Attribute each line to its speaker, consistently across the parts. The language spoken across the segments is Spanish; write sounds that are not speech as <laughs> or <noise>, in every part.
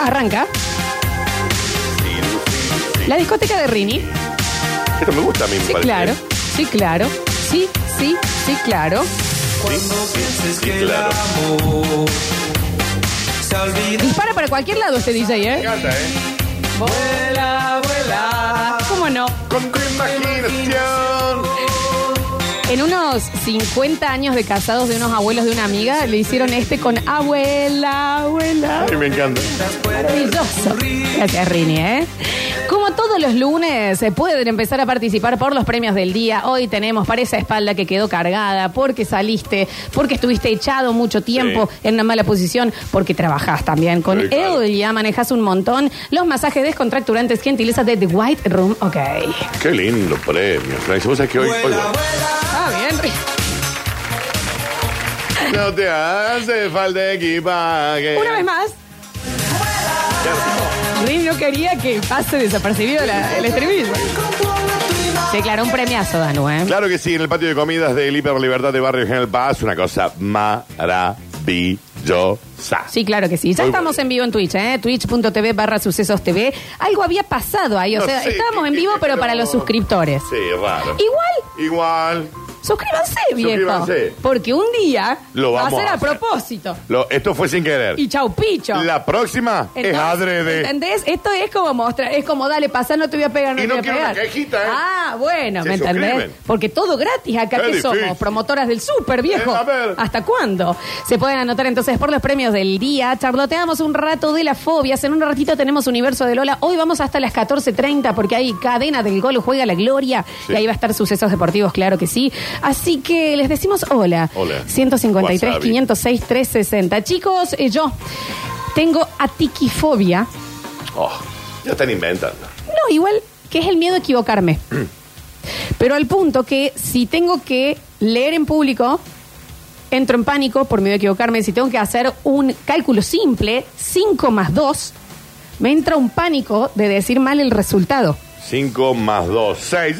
Speaker 1: arranca. La discoteca de Rini.
Speaker 2: Esto me gusta a mí, me
Speaker 1: Sí,
Speaker 2: parece. ¿eh?
Speaker 1: claro. Sí, claro. Sí, sí, sí, claro.
Speaker 2: Sí, sí, claro.
Speaker 1: Dispara para cualquier lado este DJ,
Speaker 2: Me
Speaker 1: ¿eh?
Speaker 2: encanta, ¿eh?
Speaker 1: Vuela, vuela. ¿Cómo no?
Speaker 2: Con tu imaginación.
Speaker 1: En unos 50 años de casados de unos abuelos de una amiga, le hicieron este con abuela, abuela.
Speaker 2: Ay, me encanta.
Speaker 1: Maravilloso. Gracias, Rini, ¿eh? Como todos los lunes, se pueden empezar a participar por los premios del día. Hoy tenemos para esa espalda que quedó cargada, porque saliste, porque estuviste echado mucho tiempo
Speaker 2: Sí.
Speaker 1: en una mala posición, porque trabajás también con
Speaker 2: Sí, claro.
Speaker 1: Elia, manejas un montón. Los masajes descontracturantes, gentileza de The White Room. Ok. Está
Speaker 2: Qué lindo premio, Frank. Vos sabés que hoy, hoy bueno.
Speaker 1: Ah, bien, Rini.
Speaker 2: No te hace falta equipaje.
Speaker 1: Una vez más. Rin no quería que pase desapercibido la- el estribillo. Declaró un premiazo, Danu, ¿eh?
Speaker 2: Claro que sí, en el patio de comidas del Hiper Libertad de Barrio General Paz, una cosa maravillosa.
Speaker 1: Sí, claro que sí. Ya
Speaker 2: Muy
Speaker 1: estamos
Speaker 2: bueno.
Speaker 1: en vivo en Twitch, ¿eh? Twitch.tv barra sucesos TV. Algo había pasado ahí, o
Speaker 2: No
Speaker 1: sea,
Speaker 2: sé,
Speaker 1: estábamos en vivo, pero para los suscriptores.
Speaker 2: Sí, raro.
Speaker 1: Igual,
Speaker 2: Igual.
Speaker 1: suscríbanse, viejo.
Speaker 2: Suscríbanse.
Speaker 1: Porque un día
Speaker 2: Lo
Speaker 1: va a
Speaker 2: vamos
Speaker 1: ser
Speaker 2: a
Speaker 1: a,
Speaker 2: hacer.
Speaker 1: propósito.
Speaker 2: Lo- esto fue sin querer.
Speaker 1: Y chau picho.
Speaker 2: La próxima es
Speaker 1: Entonces,
Speaker 2: adrede.
Speaker 1: ¿Entendés? Esto es como mostrar, es como dale, pasa, no te voy a pegar, no
Speaker 2: Y
Speaker 1: te
Speaker 2: no
Speaker 1: voy a
Speaker 2: quiero
Speaker 1: pegar.
Speaker 2: una cajita, ¿eh?
Speaker 1: Ah, bueno,
Speaker 2: Se
Speaker 1: ¿me entendés?
Speaker 2: suscriben.
Speaker 1: Porque todo gratis acá
Speaker 2: Qué
Speaker 1: que somos,
Speaker 2: difícil.
Speaker 1: promotoras del súper, viejo.
Speaker 2: Eh, a ver.
Speaker 1: ¿Hasta cuándo? Se pueden anotar entonces por los premios del día. Charloteamos un rato de las fobias. En un ratito tenemos Universo de Lola. Hoy vamos hasta las 14.30 porque hay cadena del gol juega la gloria.
Speaker 2: Sí.
Speaker 1: Y ahí va a estar sucesos deportivos, claro que sí. Así que les decimos hola.
Speaker 2: Hola.
Speaker 1: 153,
Speaker 2: Wasabi.
Speaker 1: 506, 360. Chicos, eh, yo tengo atiquifobia.
Speaker 2: Oh, ya están inventando.
Speaker 1: No, igual que es el miedo a
Speaker 2: <clears throat>
Speaker 1: equivocarme. Pero al punto que si tengo que leer en público, entro en pánico por miedo a equivocarme. Si tengo que hacer un cálculo simple, 5 más 2, me entra un pánico de decir mal el resultado.
Speaker 2: 5 más ¡Ah! 2, 6.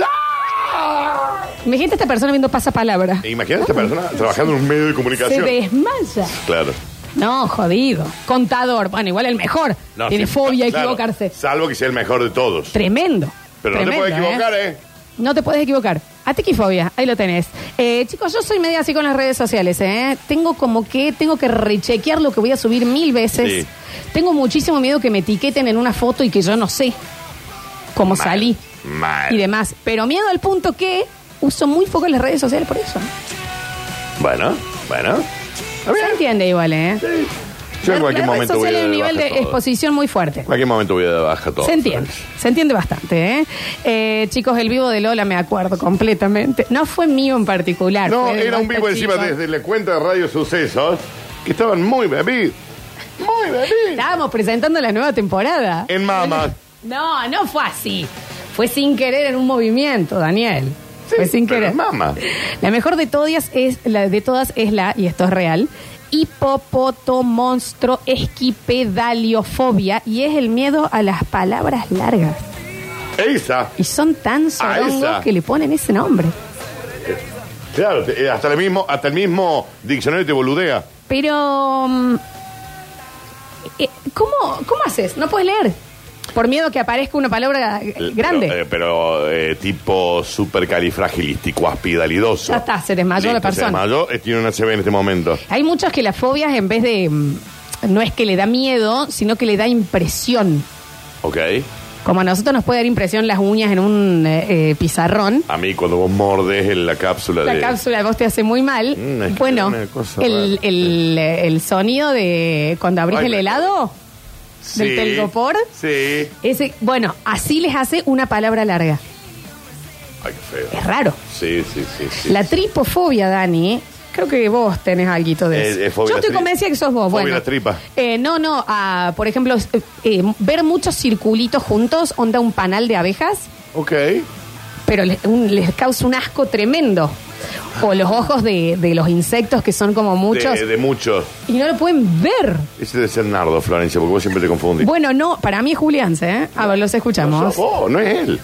Speaker 1: Imagínate a esta persona viendo pasapalabra.
Speaker 2: Imagina a esta persona trabajando en un medio de
Speaker 1: Se
Speaker 2: comunicación.
Speaker 1: desmaya.
Speaker 2: Claro.
Speaker 1: No, jodido. Contador. Bueno, igual el mejor.
Speaker 2: No,
Speaker 1: Tiene
Speaker 2: sí,
Speaker 1: fobia a
Speaker 2: claro.
Speaker 1: equivocarse.
Speaker 2: Salvo que sea el mejor de todos.
Speaker 1: Tremendo.
Speaker 2: Pero no te
Speaker 1: Tremendo,
Speaker 2: puedes equivocar, ¿eh?
Speaker 1: No te puedes equivocar. Atiquifobia, ahí lo tenés. Eh, chicos, yo soy media así con las redes sociales, ¿eh? Tengo como que, tengo que rechequear lo que voy a subir mil veces.
Speaker 2: Sí.
Speaker 1: Tengo muchísimo miedo que me etiqueten en una foto y que yo no sé cómo
Speaker 2: Mal, Eh.
Speaker 1: salí
Speaker 2: mal.
Speaker 1: y demás. Pero miedo al punto que uso muy poco las redes sociales por eso.
Speaker 2: Bueno, bueno.
Speaker 1: Se
Speaker 2: Está bien.
Speaker 1: entiende igual, ¿eh?
Speaker 2: Sí. Yo en
Speaker 1: Las-
Speaker 2: cualquier
Speaker 1: las redes
Speaker 2: momento voy a
Speaker 1: sociales
Speaker 2: dar
Speaker 1: hay un
Speaker 2: de
Speaker 1: nivel
Speaker 2: baja
Speaker 1: de
Speaker 2: todo.
Speaker 1: exposición muy fuerte.
Speaker 2: En cualquier momento voy a dar de baja todo.
Speaker 1: Se entiende, se entiende bastante, ¿eh? Eh, Chicos, el vivo de Lola me acuerdo completamente. No fue mío en particular.
Speaker 2: No,
Speaker 1: fue de
Speaker 2: era un
Speaker 1: Basta,
Speaker 2: vivo encima
Speaker 1: chicos.
Speaker 2: desde la cuenta de Radio Sucesos que estaban muy bebidos. Muy bebidos.
Speaker 1: Estábamos presentando la nueva temporada. <laughs>
Speaker 2: En mamas.
Speaker 1: No, no fue así. Fue sin querer en un movimiento, Daniel. fue Pues sin
Speaker 2: pero
Speaker 1: querer.
Speaker 2: en mamas.
Speaker 1: La mejor de todas es la de todas es la y esto es real. Hipopoto monstruo esquipedaliofobia y es el miedo a las palabras largas
Speaker 2: Esa.
Speaker 1: y son tan
Speaker 2: esa.
Speaker 1: sorongos que le ponen ese nombre.
Speaker 2: Claro, te- eh, hasta el mismo, hasta el mismo diccionario te boludea.
Speaker 1: Pero. mm, eh, ¿Cómo, ¿Cómo haces? ¿No puedes leer? Por miedo a que aparezca una palabra eh,
Speaker 2: Eh,
Speaker 1: grande.
Speaker 2: Pero, eh, pero, eh, tipo supercalifragilístico, aspidalidoso.
Speaker 1: Ya está, se desmayó
Speaker 2: Listo,
Speaker 1: la persona.
Speaker 2: Se desmayó, eh, tiene una CB en este momento.
Speaker 1: Hay muchos que las fobias, en vez de. mm, No es que le da miedo, sino que le da impresión.
Speaker 2: ¿Ok?
Speaker 1: Como a nosotros nos puede dar impresión las uñas en un eh, eh, pizarrón.
Speaker 2: A mí cuando vos mordes en la cápsula
Speaker 1: La
Speaker 2: de...
Speaker 1: cápsula vos te hace muy mal.
Speaker 2: Mm, es que
Speaker 1: bueno,
Speaker 2: una cosa
Speaker 1: el,
Speaker 2: rara.
Speaker 1: el, eh, el sonido de cuando abrís
Speaker 2: Ay,
Speaker 1: el
Speaker 2: me-
Speaker 1: helado, del telgopor.
Speaker 2: Sí.
Speaker 1: ese, bueno, así les hace una palabra larga.
Speaker 2: Ay, qué feo.
Speaker 1: Es raro.
Speaker 2: Sí, sí, sí. sí.
Speaker 1: La tripofobia, Dani. Creo que vos tenés algo de
Speaker 2: Eh,
Speaker 1: eso.
Speaker 2: eh, fobia
Speaker 1: Yo
Speaker 2: a la
Speaker 1: estoy
Speaker 2: tri-
Speaker 1: convencida que sos vos.
Speaker 2: fobia a
Speaker 1: bueno.
Speaker 2: la tripa.
Speaker 1: Eh, no, no. a, por ejemplo, eh, eh, ver muchos circulitos juntos, onda un panal de abejas,
Speaker 2: Ok.
Speaker 1: pero les, un- les causa un asco tremendo. O los ojos de, de los insectos que son como muchos
Speaker 2: De, de muchos.
Speaker 1: y no lo pueden ver.
Speaker 2: Ese debe ser Nardo, Florencia, porque vos siempre te confundís.
Speaker 1: Bueno, no, para mí es Julián, ¿eh? A ver, los
Speaker 2: no,
Speaker 1: escuchamos.
Speaker 2: sos vos, no es él.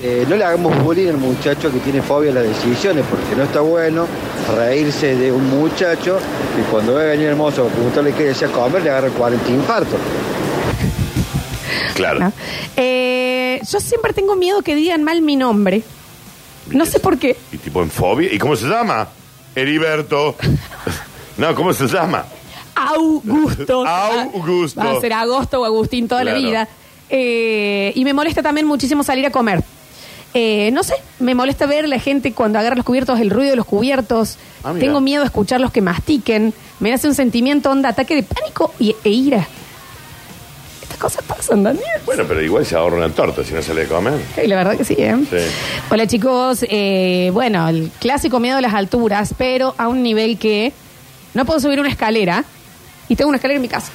Speaker 3: Eh, no le hagamos bullying al muchacho que tiene fobia a las decisiones, porque no está bueno reírse de un muchacho y cuando ve venir el mozo a preguntarle qué desea comer, le agarra 40 infartos.
Speaker 2: Claro.
Speaker 1: ¿no? Ah. Eh, yo siempre tengo miedo que digan mal mi nombre. No sé por qué.
Speaker 2: Y tipo en fobia. ¿Y cómo se llama?
Speaker 1: <laughs>
Speaker 2: Heriberto. no, ¿cómo se llama?
Speaker 1: Augusto.
Speaker 2: Augusto.
Speaker 1: Va a ser Agosto o Agustín toda
Speaker 2: Claro.
Speaker 1: la vida. Eh, y me molesta también muchísimo salir a comer. Eh, no sé, me molesta ver la gente cuando agarra los cubiertos, el ruido de los cubiertos.
Speaker 2: Ah, mira.
Speaker 1: Tengo miedo a escuchar los que mastiquen. Me hace un sentimiento onda, ataque de pánico y, e ira. Estas cosas pasan, Daniel.
Speaker 2: Bueno, pero igual se ahorra una torta si no sale de comer.
Speaker 1: Y la verdad que sí, ¿eh?
Speaker 2: Sí.
Speaker 1: Hola chicos, Eh, bueno, el clásico miedo a las alturas, pero a un nivel que no puedo subir una escalera y tengo una escalera en mi casa.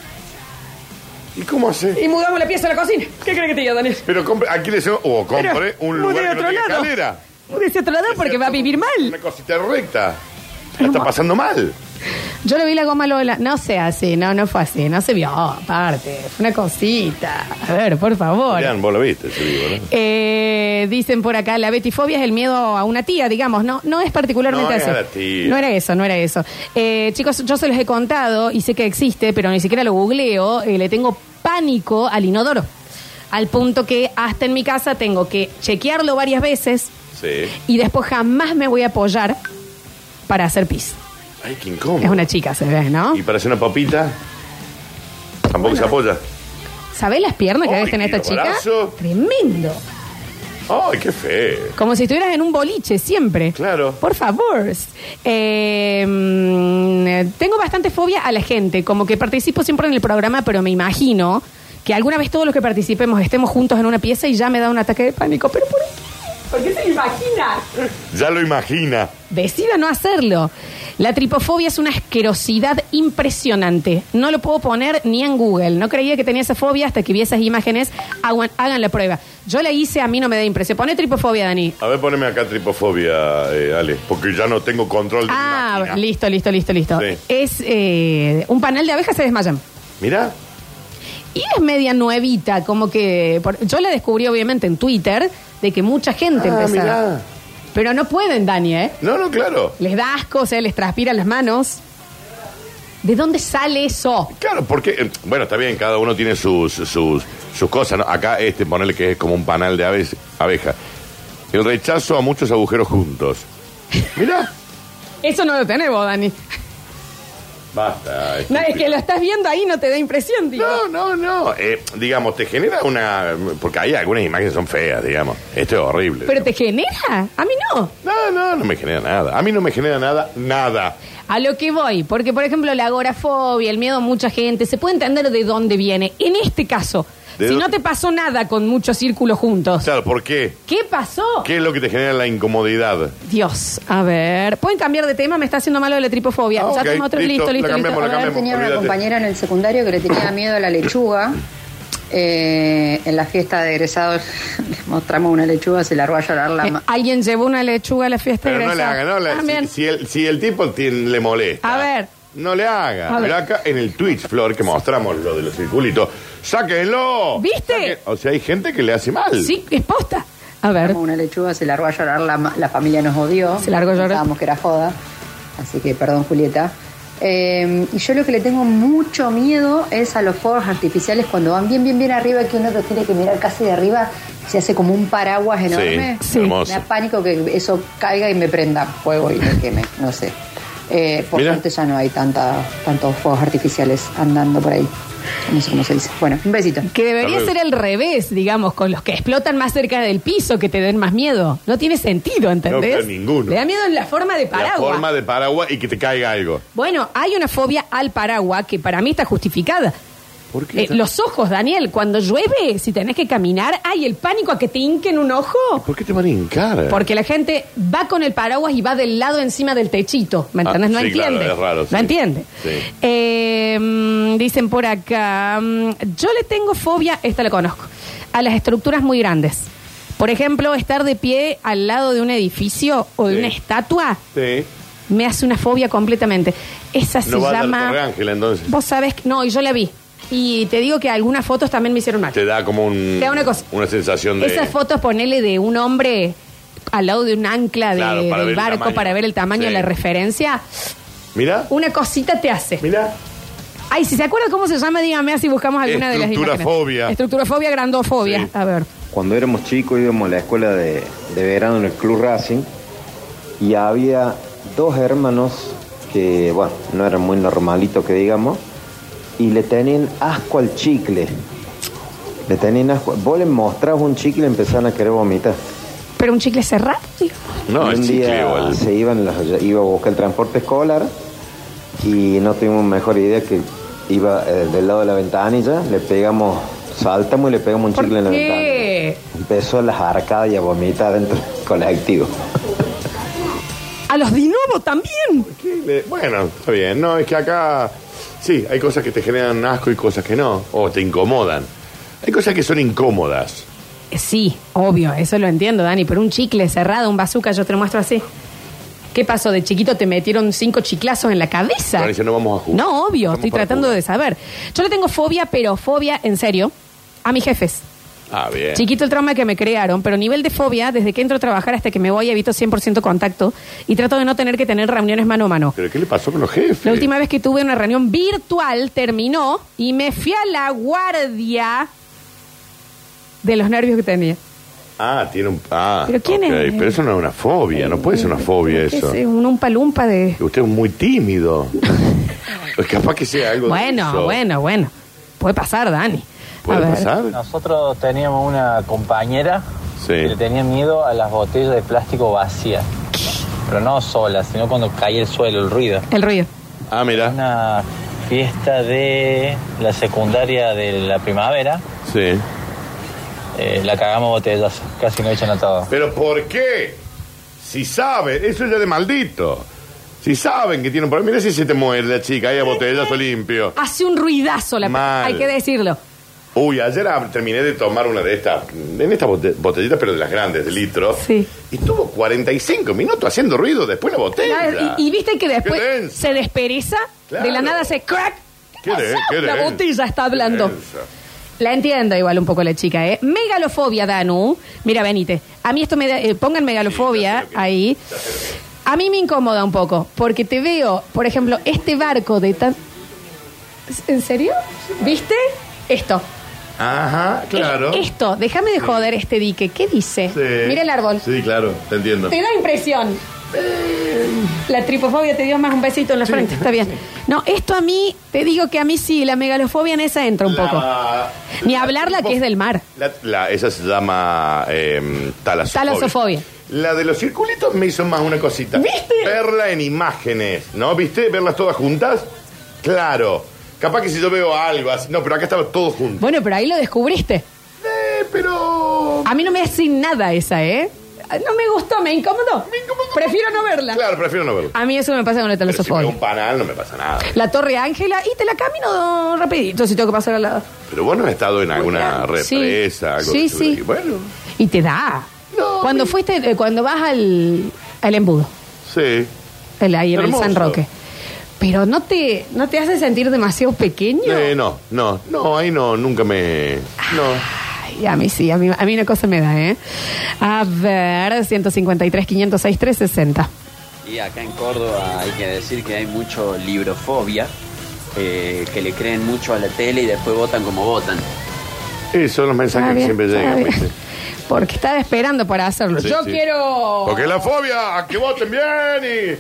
Speaker 2: ¿Y cómo hace?
Speaker 1: Y mudamos la pieza a la cocina. ¿Qué crees que te diga, Daniel?
Speaker 2: Pero compre, aquí le decimos, o compre
Speaker 1: Pero,
Speaker 2: un
Speaker 1: mude
Speaker 2: lugar
Speaker 1: a
Speaker 2: que no
Speaker 1: otro
Speaker 2: tenga
Speaker 1: lado.
Speaker 2: escalera.
Speaker 1: Múdese a otro lado porque va a vivir
Speaker 2: Una
Speaker 1: mal.
Speaker 2: cosita recta. La
Speaker 1: Pero
Speaker 2: está
Speaker 1: ma-
Speaker 2: pasando mal.
Speaker 1: Yo le vi la goma Lola. No sé así, no, no fue así, no se vio. Aparte, fue una cosita. A ver, por favor.
Speaker 2: Mirá, vos lo viste, yo digo, ¿no?
Speaker 1: Eh, dicen por acá, la betifobia es el miedo a una tía, digamos, no, no es particularmente
Speaker 2: No, es
Speaker 1: así.
Speaker 2: a la tía.
Speaker 1: No era eso, no era eso. Eh, chicos, yo se los he contado y sé que existe, pero ni siquiera lo googleo, eh, le tengo pánico al inodoro. Al punto que hasta en mi casa tengo que chequearlo varias veces
Speaker 2: Sí.
Speaker 1: y después jamás me voy a apoyar para hacer pis.
Speaker 2: Ay, qué incómodo.
Speaker 1: Es una chica, se ve, ¿no?
Speaker 2: Y para hacer una papita, tampoco se apoya.
Speaker 1: ¿Sabés las piernas que
Speaker 2: Ay,
Speaker 1: debe tener esta
Speaker 2: los
Speaker 1: chica?
Speaker 2: brazos.
Speaker 1: Tremendo.
Speaker 2: Ay, qué feo.
Speaker 1: Como si estuvieras en un boliche siempre.
Speaker 2: Claro.
Speaker 1: Por favor. Eh, mm, tengo bastante fobia a la gente. Como que participo siempre en el programa, pero me imagino que alguna vez todos los que participemos estemos juntos en una pieza y ya me da un ataque de pánico. ¿Pero por qué? ¿Por qué te lo imaginas?
Speaker 2: Ya lo imagina.
Speaker 1: Decida no hacerlo. La tripofobia es una asquerosidad impresionante. No lo puedo poner ni en Google. No creía que tenía esa fobia hasta que vi esas imágenes. Hagan, hagan la prueba. Yo la hice, a mí no me da impresión. Pone tripofobia, Dani.
Speaker 2: A ver, poneme acá tripofobia, eh, Ale, porque ya no tengo control de mi
Speaker 1: Ah,
Speaker 2: máquina.
Speaker 1: listo, listo, listo, listo.
Speaker 2: Sí.
Speaker 1: Es eh, un panel de abejas se desmayan.
Speaker 2: Mirá,
Speaker 1: Y es media nuevita, como que... por- yo la descubrí obviamente en Twitter, de que mucha gente
Speaker 2: Ah,
Speaker 1: empezó.
Speaker 2: mirá.
Speaker 1: Pero no pueden, Dani, ¿eh?
Speaker 2: no, no, claro.
Speaker 1: Les da asco, o sea, les transpiran las manos. ¿De dónde sale eso?
Speaker 2: Claro, porque, eh, bueno, está bien, cada uno tiene sus, sus, sus cosas, ¿no? Acá este, ponele que es como un panal de aves, abeja. El rechazo a muchos agujeros juntos. Mirá.
Speaker 1: Eso no lo tenés vos, Dani.
Speaker 2: Basta.
Speaker 1: No, es que lo estás viendo ahí no te da impresión, digo.
Speaker 2: No, no, no. Eh, digamos, te genera una... Porque hay algunas imágenes que son feas, digamos. Esto es horrible.
Speaker 1: Pero
Speaker 2: digamos.
Speaker 1: te genera. A mí no.
Speaker 2: No, no, no me genera nada. A mí no me genera nada, nada.
Speaker 1: A lo que voy, porque por ejemplo la agorafobia, el miedo a mucha gente, se puede entender de dónde viene. En este caso,
Speaker 2: ¿De
Speaker 1: si
Speaker 2: dónde?
Speaker 1: no te pasó nada con muchos círculos juntos,
Speaker 2: Claro, ¿por qué?
Speaker 1: ¿qué pasó?
Speaker 2: ¿Qué es lo que te genera la incomodidad?
Speaker 1: Dios, a ver, pueden cambiar de tema, me está haciendo malo de la tripofobia.
Speaker 2: Ah,
Speaker 1: ya
Speaker 2: ok,
Speaker 1: tengo otro
Speaker 2: listo,
Speaker 1: listo,
Speaker 2: la
Speaker 1: listo, listo.
Speaker 2: cambiamos, la
Speaker 4: Yo
Speaker 2: cambiamos.
Speaker 4: tenía una
Speaker 2: olvídate.
Speaker 4: compañera en el secundario que le tenía miedo a la lechuga. Eh, en la fiesta de egresados <laughs> le mostramos una lechuga, se largó a llorar la
Speaker 1: Eh, <laughs>
Speaker 4: ma-
Speaker 1: Alguien llevó una lechuga a la fiesta
Speaker 2: Pero
Speaker 1: de Ah,
Speaker 2: no le
Speaker 1: egresados.
Speaker 2: haga, no le
Speaker 1: También.
Speaker 2: si, si el, si el tipo tiene- le molesta.
Speaker 1: A ver.
Speaker 2: No le haga.
Speaker 1: A ver.
Speaker 2: Pero acá en el Twitch, Flor, que mostramos lo de los circulitos, ¡sáquenlo!
Speaker 1: ¿Viste?
Speaker 2: Saquen- o sea, hay gente que le hace mal.
Speaker 1: Sí, es posta. A ver,
Speaker 4: una lechuga, se largó a llorar, la, ma- la familia nos odió.
Speaker 1: Se largó a llorar.
Speaker 4: Pensábamos que era joda, así que perdón Julieta. Eh, y yo lo que le tengo mucho miedo es a los fuegos artificiales cuando van bien, bien, bien arriba, que uno lo tiene que mirar casi de arriba, se hace como un paraguas enorme.
Speaker 2: Sí, hermoso.
Speaker 4: Me da pánico que eso caiga y me prenda fuego y me queme, no sé. Eh, por
Speaker 2: Mira.
Speaker 4: suerte ya no hay tanta, tantos fuegos artificiales andando por ahí. No sé cómo se dice. Bueno, un besito.
Speaker 1: que debería
Speaker 2: Hasta
Speaker 1: ser el revés, digamos, con los que explotan más cerca del piso, que te den más miedo. No tiene sentido, ¿entendés?
Speaker 2: pero ninguno.
Speaker 1: Le da miedo en la forma de
Speaker 2: La
Speaker 1: paraguas.
Speaker 2: forma de paraguas y que te caiga algo.
Speaker 1: Bueno, hay una fobia al paraguas que para mí está justificada.
Speaker 2: ¿Por qué?
Speaker 1: Eh, los ojos, Daniel, cuando llueve, si tenés que caminar, hay el pánico a que te hinquen un ojo.
Speaker 2: ¿Por qué te van a hincar?
Speaker 1: Porque la gente va con el paraguas y va del lado encima del techito. ¿Me
Speaker 2: Ah,
Speaker 1: entendés? no
Speaker 2: sí,
Speaker 1: entiende.
Speaker 2: claro, es raro, sí.
Speaker 1: No entiende.
Speaker 2: Sí.
Speaker 1: Eh, mm, dicen por acá, mm, yo le tengo fobia, esta la conozco, a las estructuras muy grandes. Por ejemplo, estar de pie al lado de un edificio o de
Speaker 2: Sí.
Speaker 1: una estatua
Speaker 2: Sí.
Speaker 1: me hace una fobia completamente. Esa se
Speaker 2: No va a dar
Speaker 1: llama...
Speaker 2: Torre Ángela, entonces.
Speaker 1: Vos sabés que... No, y yo la vi. Y te digo que algunas fotos también me hicieron mal.
Speaker 2: Te da como un,
Speaker 1: Te da una cosa.
Speaker 2: sensación de...
Speaker 1: Esas fotos, ponele de un hombre al lado de un ancla de-
Speaker 2: Claro, para ver
Speaker 1: del
Speaker 2: el
Speaker 1: barco
Speaker 2: tamaño.
Speaker 1: para ver el tamaño
Speaker 2: Sí.
Speaker 1: de la referencia,
Speaker 2: Mira,
Speaker 1: una cosita te hace.
Speaker 2: mira.
Speaker 1: Ay, si se acuerda cómo se llama, dígame así buscamos alguna de las imágenes.
Speaker 2: Estructurafobia.
Speaker 1: Estructurafobia, grandofobia.
Speaker 2: Sí.
Speaker 1: A ver.
Speaker 5: Cuando éramos chicos íbamos a la escuela de, de verano en el Club Racing y había dos hermanos que, bueno, no eran muy normalitos que digamos, y le tenían asco al chicle. Le tenían asco. Vos le mostrás un chicle y empezaban a querer vomitar.
Speaker 1: Pero un chicle cerrado, digamos.
Speaker 2: No,
Speaker 5: Y
Speaker 2: el
Speaker 5: un
Speaker 2: chicle o
Speaker 5: día
Speaker 2: el-
Speaker 5: se iban, los- iba a buscar el transporte escolar y no tuvimos mejor idea que iba eh, del lado de la ventanilla, le pegamos, saltamos y le pegamos un
Speaker 1: ¿Por
Speaker 5: chicle en la ventanilla.
Speaker 1: qué?
Speaker 5: Empezó las arcadas y a vomitar dentro del colectivo.
Speaker 1: A los dinobos también.
Speaker 2: Le- Bueno, está bien. No, es que acá sí, hay cosas que te generan asco y cosas que no, o te incomodan. Hay cosas que son incómodas.
Speaker 1: Eh, Sí, obvio, eso lo entiendo, Dani, pero un chicle cerrado, un bazooka, yo te lo muestro así. ¿Qué pasó? De chiquito te metieron cinco chiclazos en la cabeza.
Speaker 2: Dani, si no vamos a jugar.
Speaker 1: No, obvio,
Speaker 2: Estamos
Speaker 1: estoy
Speaker 2: para
Speaker 1: tratando
Speaker 2: jugar.
Speaker 1: de saber. Yo le tengo fobia, pero fobia en serio, a mis jefes.
Speaker 2: Ah, bien.
Speaker 1: Chiquito el trauma que me crearon, pero nivel de fobia, desde que entro a trabajar hasta que me voy, evito 100% contacto y trato de no tener que tener reuniones mano a mano.
Speaker 2: Pero ¿qué le pasó con los jefes?
Speaker 1: La última vez que tuve una reunión virtual terminó y me fui a la guardia de los nervios que tenía.
Speaker 2: Ah, tiene un ah.
Speaker 1: ¿Pero quién
Speaker 2: ok,
Speaker 1: es?
Speaker 2: Pero eso no es una fobia, no puede ser una fobia
Speaker 1: Es
Speaker 2: eso.
Speaker 1: eh, un umpalumpa de...
Speaker 2: Usted es
Speaker 1: <laughs>
Speaker 2: muy tímido. Pues capaz que sea algo de
Speaker 1: Bueno,
Speaker 2: eso.
Speaker 1: bueno, bueno. Puede pasar, Dani.
Speaker 2: ¿Puede
Speaker 1: a ver.
Speaker 2: pasar?
Speaker 6: Nosotros teníamos una compañera
Speaker 2: Sí.
Speaker 6: que le tenía miedo a las botellas de plástico vacías. Pero no solas, sino cuando caía el suelo, el ruido.
Speaker 1: El ruido.
Speaker 2: Ah, mira.
Speaker 6: Una fiesta de la secundaria de la primavera,
Speaker 2: Sí.
Speaker 6: eh, la cagamos botellas, casi no echan a todo.
Speaker 2: Pero ¿por qué? Si saben, eso ya de maldito. Si saben que tienen por mira si se te muere la chica, ahí
Speaker 1: <laughs>
Speaker 2: a botellazo limpio.
Speaker 1: Hace un ruidazo la
Speaker 2: Mal.
Speaker 1: Hay que decirlo.
Speaker 2: Uy, ayer ah, terminé de tomar una de estas, en estas bote- botellitas, pero de las grandes, de litro.
Speaker 1: Sí.
Speaker 2: Y estuvo 45 minutos haciendo ruido después la botella.
Speaker 1: Y, y viste que
Speaker 2: Qué
Speaker 1: después
Speaker 2: denso.
Speaker 1: se despereza,
Speaker 2: Claro.
Speaker 1: de la nada se crack.
Speaker 2: Qué
Speaker 1: pasó?
Speaker 2: de- qué
Speaker 1: la
Speaker 2: denso.
Speaker 1: botella está
Speaker 2: Qué
Speaker 1: hablando.
Speaker 2: denso.
Speaker 1: La entiendo igual un poco la chica, ¿eh? Megalofobia, Danu. Mira, venite. A mí esto me da... eh, pongan megalofobia
Speaker 2: Sí, ya sé lo que-
Speaker 1: ahí.
Speaker 2: ya sé lo que-
Speaker 1: A mí me incomoda un poco, porque te veo, por ejemplo, este barco de tan... ¿En serio? ¿Viste? Esto.
Speaker 2: Ajá, claro.
Speaker 1: Eh, Es- esto. Déjame de joder este dique. ¿Qué dice?
Speaker 2: Sí.
Speaker 1: Mira el árbol.
Speaker 2: Sí, claro, te entiendo.
Speaker 1: Te da impresión. La tripofobia te dio más un besito en la frente. Está bien. No, esto a mí, te digo que a mí sí, la megalofobia en esa entra un poco.
Speaker 2: La-
Speaker 1: Ni hablar la que es del mar.
Speaker 2: La- la- esa se llama eh, talasofobia.
Speaker 1: Talasofobia.
Speaker 2: La de los circulitos me hizo más una cosita.
Speaker 1: ¿Viste?
Speaker 2: Verla en imágenes, ¿no? ¿Viste? Verlas todas juntas. Claro. Capaz que si yo veo algo así. No, pero acá estaba todo junto.
Speaker 1: Bueno, pero ahí lo descubriste.
Speaker 2: Eh, pero.
Speaker 1: A mí no me hace nada esa, ¿eh? No me gustó, me incomodó. Prefiero no verla.
Speaker 2: Claro, prefiero no verlo.
Speaker 1: A mí eso me pasa con la
Speaker 2: Pero si veo un
Speaker 1: talasofobia.
Speaker 2: panal no me pasa nada.
Speaker 1: La Torre Ángela y te la camino rapidito si tengo que pasar al lado.
Speaker 2: Pero vos no has estado en alguna
Speaker 1: claro. Sí.
Speaker 2: Ah, represa, algo
Speaker 1: Sí,
Speaker 2: de eso.
Speaker 1: sí.
Speaker 2: Bueno,
Speaker 1: Y te da.
Speaker 2: No,
Speaker 1: cuando
Speaker 2: mi-
Speaker 1: fuiste, eh, cuando vas al, al embudo,
Speaker 2: sí.
Speaker 1: el, ahí en el
Speaker 2: Hermoso.
Speaker 1: San Roque. Pero no te, no te hace sentir demasiado pequeño.
Speaker 2: Eh, no, no, no, ahí no, nunca me. No.
Speaker 1: Ay, a mí sí, a mí, a mí una cosa me da, ¿eh? A ver, 153, 506, 360.
Speaker 7: Y acá en Córdoba hay que decir que hay mucho librofobia, eh, que le creen mucho a la tele y después votan como votan.
Speaker 2: Esos son los mensajes
Speaker 1: Está
Speaker 2: que
Speaker 1: bien,
Speaker 2: siempre
Speaker 1: está
Speaker 2: llegan.
Speaker 1: bien.
Speaker 2: ¿viste?
Speaker 1: <laughs> Porque estaba esperando para hacerlo.
Speaker 2: Sí,
Speaker 1: Yo
Speaker 2: sí.
Speaker 1: quiero.
Speaker 2: Porque la fobia, a que voten bien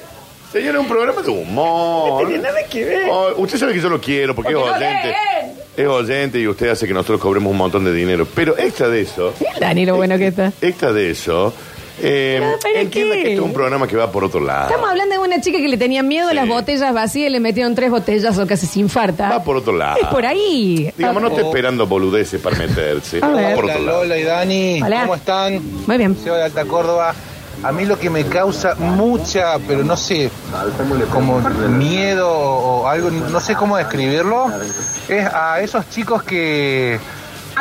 Speaker 2: y. Señor, es un programa de humor. No tiene nada que ver. usted sabe que yo lo quiero porque,
Speaker 1: Porque
Speaker 2: es
Speaker 1: lo
Speaker 2: oyente.
Speaker 1: leen.
Speaker 2: Es oyente y usted hace que nosotros cobremos un montón de dinero. Pero extra de eso.
Speaker 1: Mira el Dani, lo bueno que está.
Speaker 2: Extra de eso. Eh,
Speaker 1: Pero, ¿para
Speaker 2: entienda
Speaker 1: qué?
Speaker 2: que este es un programa que va por otro lado.
Speaker 1: Estamos hablando de una chica que le tenía miedo a las
Speaker 2: Ah. Sí.
Speaker 1: botellas vacías y le metieron tres botellas o casi se infarta.
Speaker 2: Va por otro lado.
Speaker 1: Es por ahí. Oh.
Speaker 2: Digamos, no está esperando boludeces para meterse.
Speaker 1: A ver.
Speaker 2: Va por otro lado.
Speaker 8: Lola y Dani,
Speaker 1: Hola.
Speaker 8: ¿cómo están?
Speaker 1: Muy bien.
Speaker 8: Soy de Alta Córdoba. A mí lo que me causa mucha, pero no sé, como miedo o algo, no sé cómo describirlo, es a esos chicos que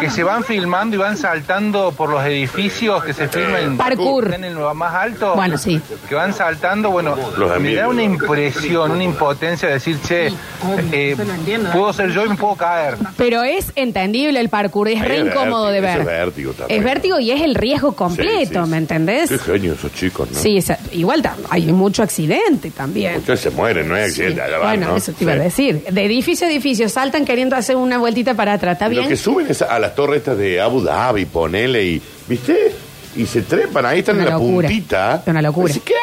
Speaker 8: que se van filmando y van saltando por los edificios que se filman en
Speaker 1: Parkour.
Speaker 8: están en lo más alto.
Speaker 1: Bueno, sí.
Speaker 8: Que van saltando, bueno,
Speaker 2: Los de
Speaker 8: me
Speaker 2: mil.
Speaker 8: da una impresión, una impotencia de decir, che, eh, puedo ser yo y me puedo caer.
Speaker 1: Pero es entendible el parkour, es
Speaker 2: Ahí
Speaker 1: re
Speaker 2: es
Speaker 1: incómodo de ver.
Speaker 2: vértigo, eso es vértigo también.
Speaker 1: Es vértigo y es el riesgo
Speaker 2: Sí,
Speaker 1: completo,
Speaker 2: sí, sí.
Speaker 1: ¿me entendés?
Speaker 2: Qué genio esos chicos, ¿no?
Speaker 1: Sí, esa- igual ta- hay mucho accidente también.
Speaker 2: Ustedes se mueren, no hay accidente.
Speaker 1: Sí.
Speaker 2: allá van,
Speaker 1: Bueno,
Speaker 2: ¿no?
Speaker 1: eso te iba
Speaker 2: Sí.
Speaker 1: a decir. De edificio a edificio saltan queriendo hacer una vueltita para atrás, ¿está
Speaker 2: Y Lo
Speaker 1: bien?
Speaker 2: que suben es a las torres estas de Abu Dhabi, ponele, y, ¿viste? Y se trepan, ahí están
Speaker 1: Una
Speaker 2: en la
Speaker 1: locura.
Speaker 2: puntita.
Speaker 1: Es una locura.
Speaker 2: Así que,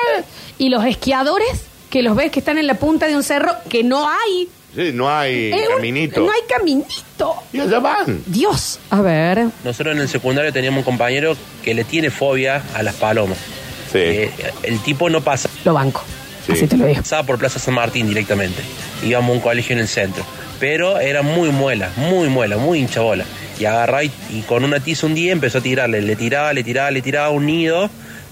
Speaker 1: Y los esquiadores que los ves que están en la punta de un cerro que no hay.
Speaker 2: sí, no hay
Speaker 1: Es un-
Speaker 2: caminito.
Speaker 1: No hay caminito.
Speaker 2: Y allá van.
Speaker 1: Dios. A ver.
Speaker 6: Nosotros en el secundario teníamos un compañero que le tiene fobia a las palomas.
Speaker 2: Sí.
Speaker 6: Eh, el tipo no pasa-
Speaker 1: Lo banco.
Speaker 2: Sí.
Speaker 1: Así te lo digo.
Speaker 6: pasaba por Plaza San Martín directamente. Íbamos a un colegio en el centro. Pero era muy muela, muy muela, muy hinchabola. Y agarraba y, y con una tiza un día empezó a tirarle. Le tiraba, le tiraba, le tiraba un nido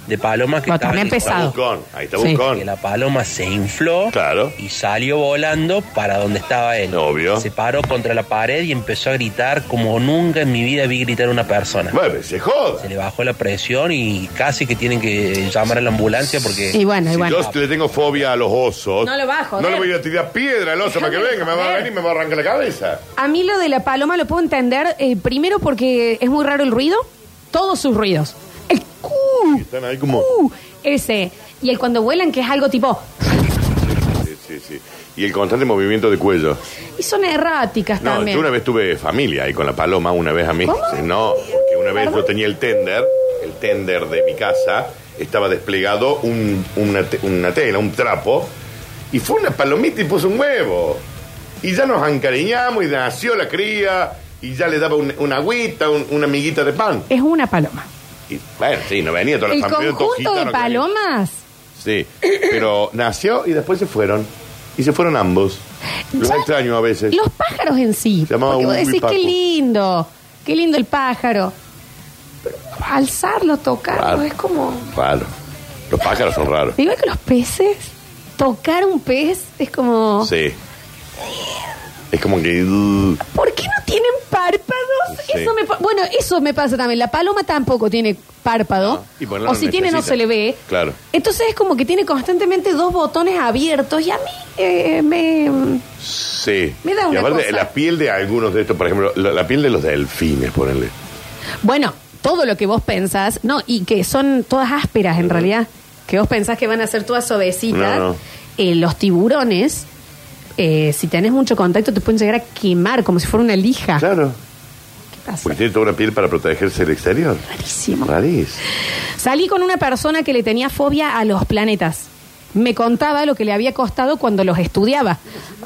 Speaker 6: de palomas que
Speaker 1: No,
Speaker 6: estaban
Speaker 1: también
Speaker 6: en-
Speaker 2: Está
Speaker 1: pesado.
Speaker 2: Buscón, ahí está
Speaker 1: Sí.
Speaker 2: Buscón.
Speaker 6: que la paloma se infló
Speaker 2: Claro.
Speaker 6: y salió volando para donde estaba él.
Speaker 2: Obvio.
Speaker 6: Se paró contra la pared y empezó a gritar como nunca en mi vida vi gritar a una persona.
Speaker 2: Bueno, se joda.
Speaker 6: Se le bajó la presión y casi que tienen que llamar a la ambulancia porque...
Speaker 1: Y bueno, y
Speaker 2: Eh, Si
Speaker 1: bueno.
Speaker 2: yo le tengo fobia a los osos.
Speaker 1: No lo va a joder.
Speaker 2: No le voy a tirar piedra al oso para que
Speaker 1: Déjame
Speaker 2: venga, me va a
Speaker 1: joder.
Speaker 2: venir y me va a arrancar la cabeza.
Speaker 1: A mí lo de la paloma lo puedo entender eh, primero porque es muy raro el ruido. Todos sus ruidos. El cu,
Speaker 2: Y están ahí como.
Speaker 1: cu, ese. Y el cuando vuelan que es algo tipo...
Speaker 2: Sí, sí, sí. Y el constante movimiento de cuello.
Speaker 1: Y son erráticas
Speaker 2: No,
Speaker 1: también.
Speaker 2: yo una vez tuve familia ahí con la paloma, una vez a mí.
Speaker 1: ¿Cómo?
Speaker 2: Sí, No, porque una vez yo tenía el tender, el tender de mi casa, estaba desplegado un- una, te- una tela, un trapo, y fue una palomita y puso un huevo. Y ya nos encariñamos y nació la cría, y ya le daba un- una agüita, un- una amiguita de pan.
Speaker 1: Es una paloma.
Speaker 2: Y, bueno, sí, no venía toda la
Speaker 1: El
Speaker 2: familia, todos
Speaker 1: conjunto de
Speaker 2: gitanos que venían.
Speaker 1: palomas.
Speaker 2: Sí, pero nació y después se fueron. Y se fueron ambos. Los
Speaker 1: Ya-
Speaker 2: extraño a veces.
Speaker 1: Los pájaros en sí.
Speaker 2: Llamaba
Speaker 1: porque vos
Speaker 2: Ubi
Speaker 1: decís,
Speaker 2: Paco.
Speaker 1: qué lindo, qué lindo el pájaro. Pero alzarlo, tocarlo,
Speaker 2: Claro.
Speaker 1: es como...
Speaker 2: Raro. Los pájaros son raros.
Speaker 1: Digo que los peces, tocar un pez es como...
Speaker 2: Sí. Es como que. uh,
Speaker 1: ¿Por qué no tienen párpados?
Speaker 2: Sí.
Speaker 1: Eso me pa- bueno, eso me pasa también. La paloma tampoco tiene párpado.
Speaker 2: Ah, y bueno,
Speaker 1: o
Speaker 2: no
Speaker 1: si tiene no
Speaker 2: necesita.
Speaker 1: se le ve.
Speaker 2: Claro.
Speaker 1: Entonces es como que tiene constantemente dos botones abiertos y a mí eh, me...
Speaker 2: Sí.
Speaker 1: Me da
Speaker 2: y
Speaker 1: una
Speaker 2: aparte,
Speaker 1: cosa.
Speaker 2: la piel de algunos de estos, por ejemplo, la, la piel de los delfines, ponerle.
Speaker 1: Bueno, todo lo que vos pensás, no, y que son todas ásperas en realidad, que vos pensás que van a ser todas suavecitas,
Speaker 2: No, no.
Speaker 1: Eh, los tiburones, eh, si tenés mucho contacto, te pueden llegar a quemar como si fuera una lija.
Speaker 2: Claro.
Speaker 1: ¿Qué pasa?
Speaker 2: Porque tiene toda una piel para protegerse del exterior.
Speaker 1: Rarísimo.
Speaker 2: Rarís.
Speaker 1: Salí con una persona que le tenía fobia a los planetas. Me contaba lo que le había costado cuando los estudiaba.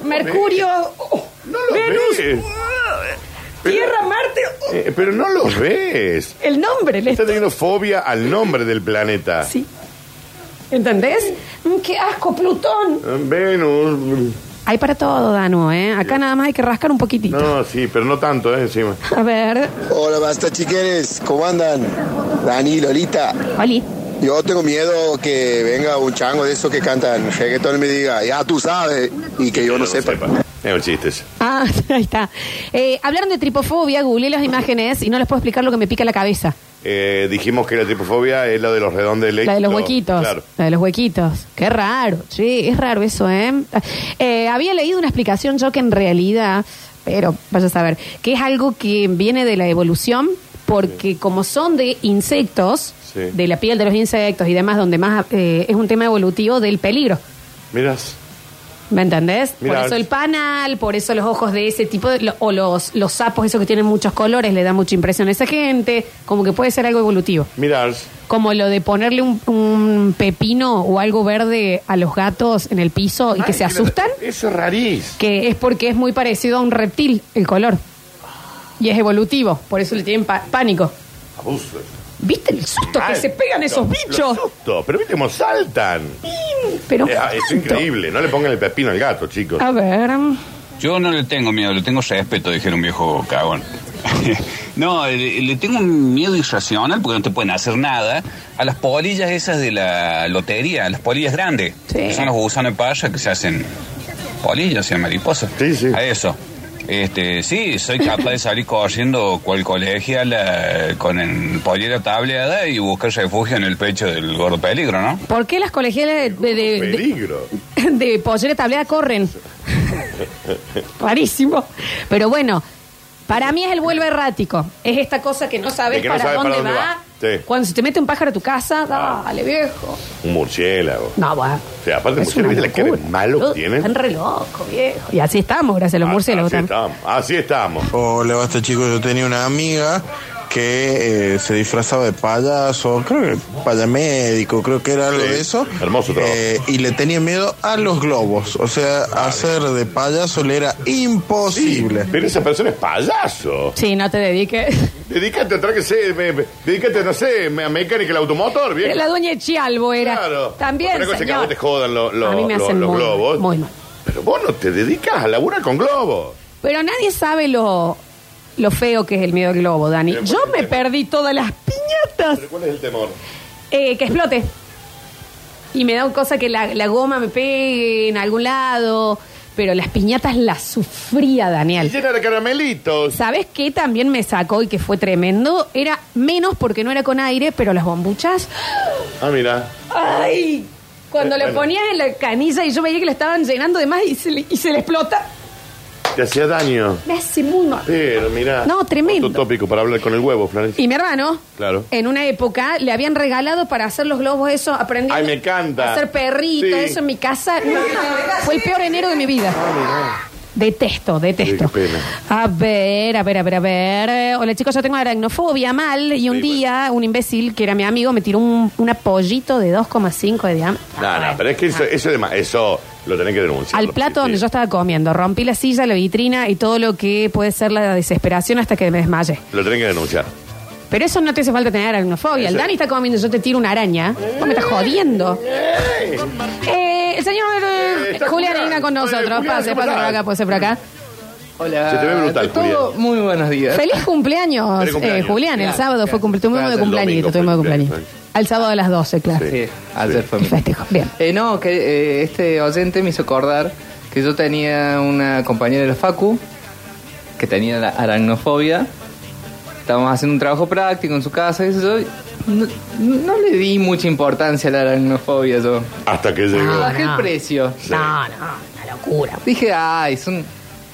Speaker 1: Mercurio, oh, Venus,
Speaker 2: ves. Ah,
Speaker 1: Tierra, Marte, oh,
Speaker 2: Eh, pero no los ves.
Speaker 1: el nombre. le-
Speaker 2: Está teniendo fobia al nombre del planeta.
Speaker 1: Sí. ¿Entendés? Mm, ¡Qué asco, Plutón!
Speaker 2: Eh, Venus.
Speaker 1: Hay para todo, Danu, ¿eh? Acá nada más hay que rascar un poquitito.
Speaker 2: No, sí, pero no tanto, ¿eh? Encima.
Speaker 1: A ver,
Speaker 9: Hola, basta chiqueres, ¿cómo andan? Dani, Lolita.
Speaker 1: Oli.
Speaker 9: Yo tengo miedo que venga un chango de esos que cantan reggaetón y me diga, ya tú sabes, y que yo no sepa.
Speaker 2: Es un chiste. ese.
Speaker 1: Ah, <laughs> ahí está. Eh, hablaron de tripofobia, googleé las imágenes y no les puedo explicar lo que me pica la cabeza.
Speaker 2: Eh, dijimos que la tripofobia es la de los redondos del
Speaker 1: La de los
Speaker 2: éxito.
Speaker 1: huequitos.
Speaker 2: Claro.
Speaker 1: La de los huequitos. Qué raro. Sí, es raro eso, ¿eh? Eh, Había leído una explicación yo que en realidad, pero vaya a saber, que es algo que viene de la evolución porque como son de insectos,
Speaker 2: Sí.
Speaker 1: de la piel de los insectos y demás, donde más eh, es un tema evolutivo del peligro.
Speaker 2: Mirás.
Speaker 1: ¿Me entendés?
Speaker 2: Mirá.
Speaker 1: Por eso el panal, por eso los ojos de ese tipo, de, lo- o los, los sapos, esos que tienen muchos colores, le da mucha impresión a esa gente, como que puede ser algo evolutivo.
Speaker 2: Mirás.
Speaker 1: Como lo de ponerle un, un pepino o algo verde a los gatos en el piso y que
Speaker 2: Ay,
Speaker 1: se asustan,
Speaker 2: Eso es rarís.
Speaker 1: que es porque es muy parecido a un reptil el color. Y es evolutivo, por eso le tienen pa- pánico.
Speaker 2: Abuso.
Speaker 1: ¿Viste el susto que
Speaker 2: Mal.
Speaker 1: se pegan esos
Speaker 2: Lo-
Speaker 1: bichos?
Speaker 2: lo susto, Pero viste cómo saltan.
Speaker 1: Pero
Speaker 2: Eh, ah, es,
Speaker 1: ¿cuánto?
Speaker 2: increíble. No le pongan el pepino al gato, chicos.
Speaker 1: A ver,
Speaker 10: Yo no le tengo miedo, le tengo respeto, dijera un viejo cagón. <laughs> no, le, le tengo un miedo irracional porque no te pueden hacer nada a las polillas esas de la lotería, a las polillas grandes.
Speaker 1: Sí.
Speaker 10: que Son los gusanos de paya que se hacen polillas, se hacen mariposas.
Speaker 2: Sí, sí.
Speaker 10: A eso. Este, sí, soy capaz de salir corriendo cual colegial eh, con el pollera tableada y buscar refugio en el pecho del gordo peligro, ¿no?
Speaker 1: ¿Por qué las colegiales de, de, de-
Speaker 2: Peligro.
Speaker 1: de, pollera tablera corren? Rarísimo. Pero bueno, para mí es el vuelve errático. Es esta cosa que no sabes
Speaker 2: De que no
Speaker 1: para,
Speaker 2: sabes
Speaker 1: dónde
Speaker 2: para dónde
Speaker 1: va.
Speaker 2: va. Sí. Ah.
Speaker 1: Cuando se te mete un pájaro a tu casa, dale, viejo.
Speaker 2: Un murciélago.
Speaker 1: No, bueno.
Speaker 2: O sea, aparte, el
Speaker 1: Es
Speaker 2: murciélago,
Speaker 1: una
Speaker 2: ¿viste la cara de malo que tienen?
Speaker 1: Están re loco, viejo. Y así estamos, gracias a los murciélagos también.
Speaker 2: Estamos, Ah, así estamos.
Speaker 11: Hola, basta chicos, yo tenía una amiga que eh, se disfrazaba de payaso, creo que payamédico, creo que era algo de eso.
Speaker 2: Hermoso trabajo.
Speaker 11: Eh, y le tenía miedo a los globos, o sea, hacer de payaso le era imposible.
Speaker 2: pero esa persona es payaso.
Speaker 1: Sí, no te dediques.
Speaker 2: Dedícate a que sé, me- me- dedícate, no sé, me- a mecánica del automotor, bien.
Speaker 1: La dueña de Chialbo era.
Speaker 2: Claro.
Speaker 1: También,
Speaker 2: Otra cosa es que a
Speaker 1: señor.
Speaker 2: vos te jodan lo- lo-
Speaker 1: A mí me
Speaker 2: lo-
Speaker 1: hacen
Speaker 2: los
Speaker 1: muy mal,
Speaker 2: globos.
Speaker 1: muy mal.
Speaker 2: Pero vos no te dedicas a laburar con globos.
Speaker 1: Pero nadie sabe lo, lo feo que es el miedo al globo, Dani. Yo me perdí todas las piñatas
Speaker 2: ¿Cuál es el temor?
Speaker 1: eh, que explote. Y me da una cosa que la, la goma me pegue en algún lado. Pero las piñatas las sufría, Daniel.
Speaker 2: Llena de caramelitos.
Speaker 1: ¿Sabes qué también me sacó y que fue tremendo? Era menos porque no era con aire, pero las bombuchas.
Speaker 2: Ah, mira.
Speaker 1: ¡Ay! Cuando
Speaker 2: Eh,
Speaker 1: le
Speaker 2: bueno.
Speaker 1: ponías en la canilla y yo veía que la estaban llenando de más y se le, y se le explota.
Speaker 2: Te hacía daño.
Speaker 1: Me hace muy mal.
Speaker 2: Pero mira.
Speaker 1: No, tremendo.
Speaker 2: Otro tópico para hablar con el huevo, Florencia.
Speaker 1: Y mi hermano,
Speaker 2: Claro.
Speaker 1: en una época, le habían regalado para hacer los globos eso, aprendí
Speaker 2: Ay, me encanta.
Speaker 1: a hacer perrito,
Speaker 2: Sí. Ah,
Speaker 1: eso en mi casa. Fue el peor enero de mi vida. Detesto, detesto.
Speaker 2: Qué pena.
Speaker 1: A ver, a ver, a ver, a ver. Eh, Hola chicos, yo tengo aracnofobia mal y un
Speaker 2: pues.
Speaker 1: día un imbécil que era mi amigo me tiró un, un apollito de 2,5 de diámetro.
Speaker 2: No, no, pero es que eso, eso, es de más- eso lo tenés que denunciar.
Speaker 1: Ah. Al plato donde yo estaba comiendo, rompí la silla, la vitrina y todo lo que puede ser la desesperación hasta que me desmaye.
Speaker 2: Lo tenés que denunciar.
Speaker 1: Pero eso no te hace falta tener aracnofobia. El Dani está comiendo, yo te tiro una araña. Vos me estás jodiendo. Eh, el señor eh,
Speaker 5: está
Speaker 1: Julián
Speaker 5: Julián.
Speaker 1: está con nosotros.
Speaker 5: Julián,
Speaker 1: pase, pase
Speaker 5: ¿cómo
Speaker 1: por
Speaker 5: estás?
Speaker 1: acá, pase por acá.
Speaker 5: Hola.
Speaker 2: Se te ve brutal,
Speaker 5: a todos, Muy buenos días.
Speaker 1: Feliz cumpleaños,
Speaker 5: Feliz cumpleaños.
Speaker 1: eh, Julián. El
Speaker 5: Gracias,
Speaker 1: sábado fue cumple, tuvimos de
Speaker 5: Gracias.
Speaker 1: cumpleaños.
Speaker 5: El
Speaker 1: Tuvimos de
Speaker 5: domingo fue
Speaker 1: cumpleaños. Al sábado a las 12, claro.
Speaker 5: Sí, ayer fue
Speaker 1: mi festejo. Bien.
Speaker 5: Eh, no, que eh, este oyente me hizo acordar que yo tenía una compañera de la Facu que tenía la aracnofobia. Estábamos haciendo un trabajo práctico en su casa y eso. yo no, no le di mucha importancia a la aracnofobia yo.
Speaker 2: Hasta que
Speaker 1: No,
Speaker 5: Bajé
Speaker 1: Ah, no.
Speaker 5: el precio.
Speaker 1: No, no, una locura.
Speaker 5: Dije, ay, son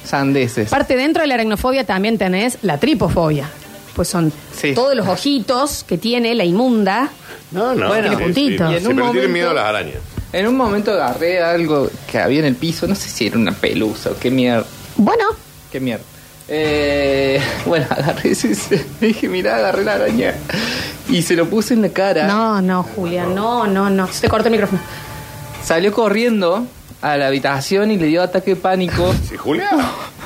Speaker 5: sandeces.
Speaker 1: Parte dentro de la aracnofobia también tenés la tripofobia. Pues son todos los ojitos que tiene la inmunda.
Speaker 2: No, no.
Speaker 5: Bueno,
Speaker 2: sí,
Speaker 5: tiene puntito.
Speaker 2: sí.
Speaker 5: Y en
Speaker 2: Sí,
Speaker 5: un
Speaker 2: pero tiene
Speaker 5: momento-
Speaker 2: miedo a las arañas.
Speaker 5: En un momento agarré algo que había en el piso, no sé si era una pelusa o qué mierda.
Speaker 1: Bueno.
Speaker 5: Qué mierda. Eh, <laughs> bueno, agarré ese, <laughs> ese- dije, mirá, agarré la araña. Y se lo puse en la cara.
Speaker 1: No, no, Julián, no, no, no. Se te cortó el micrófono.
Speaker 5: Salió corriendo a la habitación y le dio ataque de <laughs> pánico.
Speaker 2: Sí, Julián.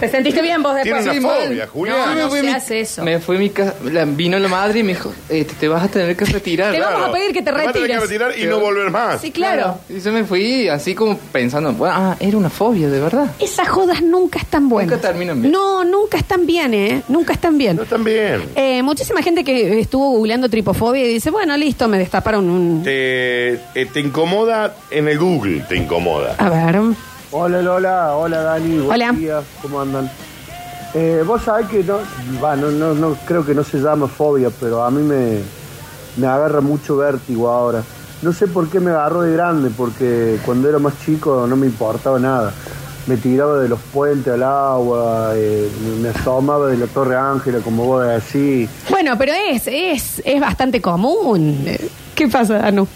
Speaker 1: ¿Te sentiste bien vos después?
Speaker 5: Tiene una fobia, Julián.
Speaker 1: No, no
Speaker 5: Sí,
Speaker 1: se
Speaker 5: mi-
Speaker 1: hace eso.
Speaker 5: Me fui a mi casa, la- vino la madre y me dijo, eh, te, te vas a tener que retirar.
Speaker 1: Te vamos a pedir que te
Speaker 2: Te vas a tener que
Speaker 1: retires.
Speaker 2: retirar y no volver más.
Speaker 1: Sí, claro.
Speaker 5: Y yo me fui así como pensando, bueno, ah, era una fobia, de verdad.
Speaker 1: Esas jodas nunca están buenas. Nunca
Speaker 5: terminan
Speaker 1: bien. No, nunca están bien, ¿eh? Nunca están bien. No
Speaker 2: están bien.
Speaker 1: Eh, muchísima gente que estuvo googleando tripofobia y dice, bueno, listo, me destaparon un...
Speaker 2: Te, eh, te incomoda en el Google, te incomoda.
Speaker 1: A ver.
Speaker 12: Hola Lola, hola Dani, buenos
Speaker 1: Hola.
Speaker 12: días, ¿cómo andan? Eh, Vos sabés que no, va, no, no, no, creo que no se llama fobia, pero a mí me, me agarra mucho vértigo ahora. No sé por qué me agarró de grande, porque cuando era más chico no me importaba nada. Me tiraba de los puentes al agua, eh, me asomaba de la Torre Ángela, como vos decís.
Speaker 1: Bueno, pero es, es, es bastante común. Eh, ¿Qué pasa, Danu?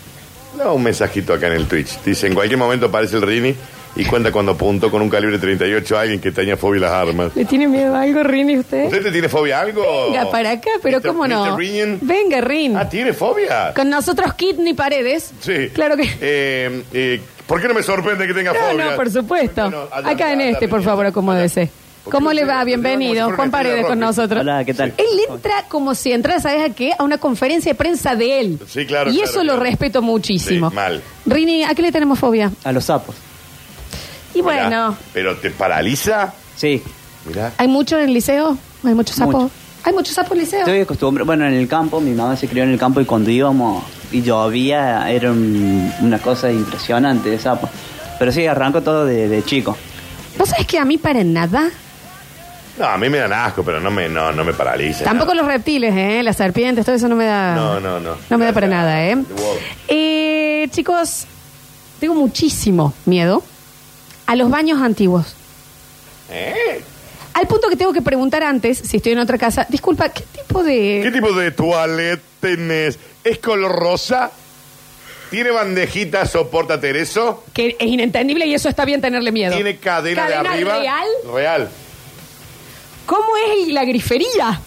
Speaker 2: No, un mensajito acá en el Twitch. Dice, en cualquier momento aparece el Rini y cuenta cuando apuntó con un calibre 38 a alguien que tenía fobia a las armas.
Speaker 1: ¿Le tiene miedo a algo, Rini, usted?
Speaker 2: ¿Usted te tiene fobia a algo?
Speaker 1: ¿Eh? Venga para acá, pero
Speaker 2: Mr.
Speaker 1: cómo no.
Speaker 2: Mr. Este Rini.
Speaker 1: Venga, Rin.
Speaker 2: Ah, ¿tiene fobia?
Speaker 1: Con nosotros, Kidney Paredes.
Speaker 2: Sí.
Speaker 1: Claro que...
Speaker 2: Eh, eh, ¿Por qué no me sorprende que
Speaker 13: <laughs>
Speaker 2: tenga
Speaker 1: No,
Speaker 2: fobia?
Speaker 1: no, por supuesto. Acá en este, por favor, acomódese. ¿Cómo le va? Bienvenido. Juan Paredes con nosotros.
Speaker 13: Hola, ¿qué tal?
Speaker 1: Él entra como si entrara, ¿sabes a qué? A una conferencia de prensa de él.
Speaker 13: Sí, claro,
Speaker 1: Y
Speaker 13: claro,
Speaker 1: eso lo
Speaker 13: claro.
Speaker 1: respeto muchísimo.
Speaker 2: mal.
Speaker 1: Rini, ¿a qué le tenemos fobia?
Speaker 13: A los sapos.
Speaker 1: Y bueno,
Speaker 2: ¿Pero te paraliza?
Speaker 13: Sí.
Speaker 2: Mirá.
Speaker 1: ¿hay mucho en el liceo? ¿Hay muchos sapos?
Speaker 13: Mucho.
Speaker 1: ¿Hay muchos sapos en el liceo?
Speaker 13: Estoy acostumbrado, bueno, en el campo, mi mamá se crió en el campo y cuando íbamos y llovía era un- una cosa impresionante de sapo. Pero sí, arranco todo de, de chico.
Speaker 1: ¿Vos sabés que a mí para nada
Speaker 2: No, a mí me dan asco, pero no me, Este, no, no me paraliza.
Speaker 1: Tampoco los reptiles, ¿eh? Las serpientes, todo eso no me da.
Speaker 2: No, no, no.
Speaker 1: No me da para nada, ¿eh?
Speaker 2: Wow.
Speaker 1: Eh, Chicos, tengo muchísimo miedo a los baños antiguos.
Speaker 2: ¿Eh?
Speaker 1: Al punto que tengo que preguntar antes, si estoy en otra casa, disculpa, ¿qué tipo de...?
Speaker 2: ¿Qué tipo de toilet tenés? ¿Es color rosa? ¿Tiene bandejita? ¿Soporta Tereso?
Speaker 1: Que es inentendible y eso está bien tenerle miedo.
Speaker 2: ¿Tiene cadena, de
Speaker 1: ¿Cadena
Speaker 2: arriba?
Speaker 1: real?
Speaker 2: Real.
Speaker 1: ¿Cómo es la grifería?